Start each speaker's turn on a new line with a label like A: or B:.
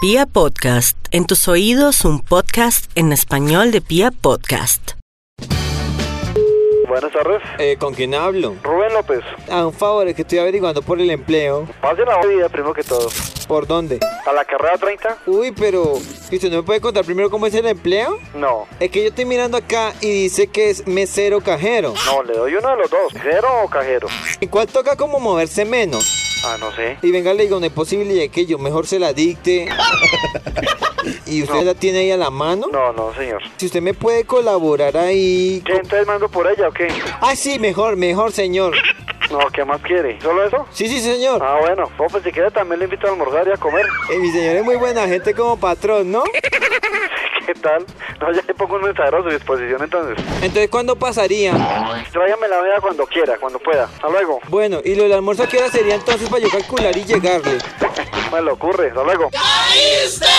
A: Pia Podcast, en tus oídos un podcast en español de Pia Podcast.
B: Buenas tardes.
C: Eh, ¿Con quién hablo?
B: Rubén López.
C: A un favor, es que estoy averiguando por el empleo.
B: Pasen la vida, primero que todo.
C: ¿Por dónde?
B: ¿A la carrera 30?
C: Uy, pero... ¿y ¿Usted no me puede contar primero cómo es el empleo?
B: No.
C: Es que yo estoy mirando acá y dice que es mesero cajero.
B: No, le doy uno de los dos. ¿Cero o cajero?
C: ¿Y cuál toca como moverse menos?
B: Ah, no sé.
C: Y venga, le digo, no es posible que yo mejor se la dicte. ¿Y usted la tiene ahí a la mano?
B: No, no, señor.
C: Si usted me puede colaborar ahí...
B: ¿Qué, entonces mando por ella o qué?
C: Ah, sí, mejor, mejor, señor.
B: No, ¿qué más quiere? ¿Solo eso?
C: Sí, sí, señor.
B: Ah, bueno. No, pues si quiere también le invito a almorzar y a comer.
C: Eh, mi señor es muy buena gente como patrón, ¿no?
B: ¿Qué tal? No, ya le pongo un mensajero a su disposición entonces.
C: Entonces, ¿cuándo pasaría?
B: Tráigame la vida cuando quiera, cuando pueda. Hasta luego.
C: Bueno, ¿y lo del almuerzo a qué hora sería entonces para yo calcular y llegarle?
B: Me lo ocurre. Hasta luego.
D: ¡Caíste!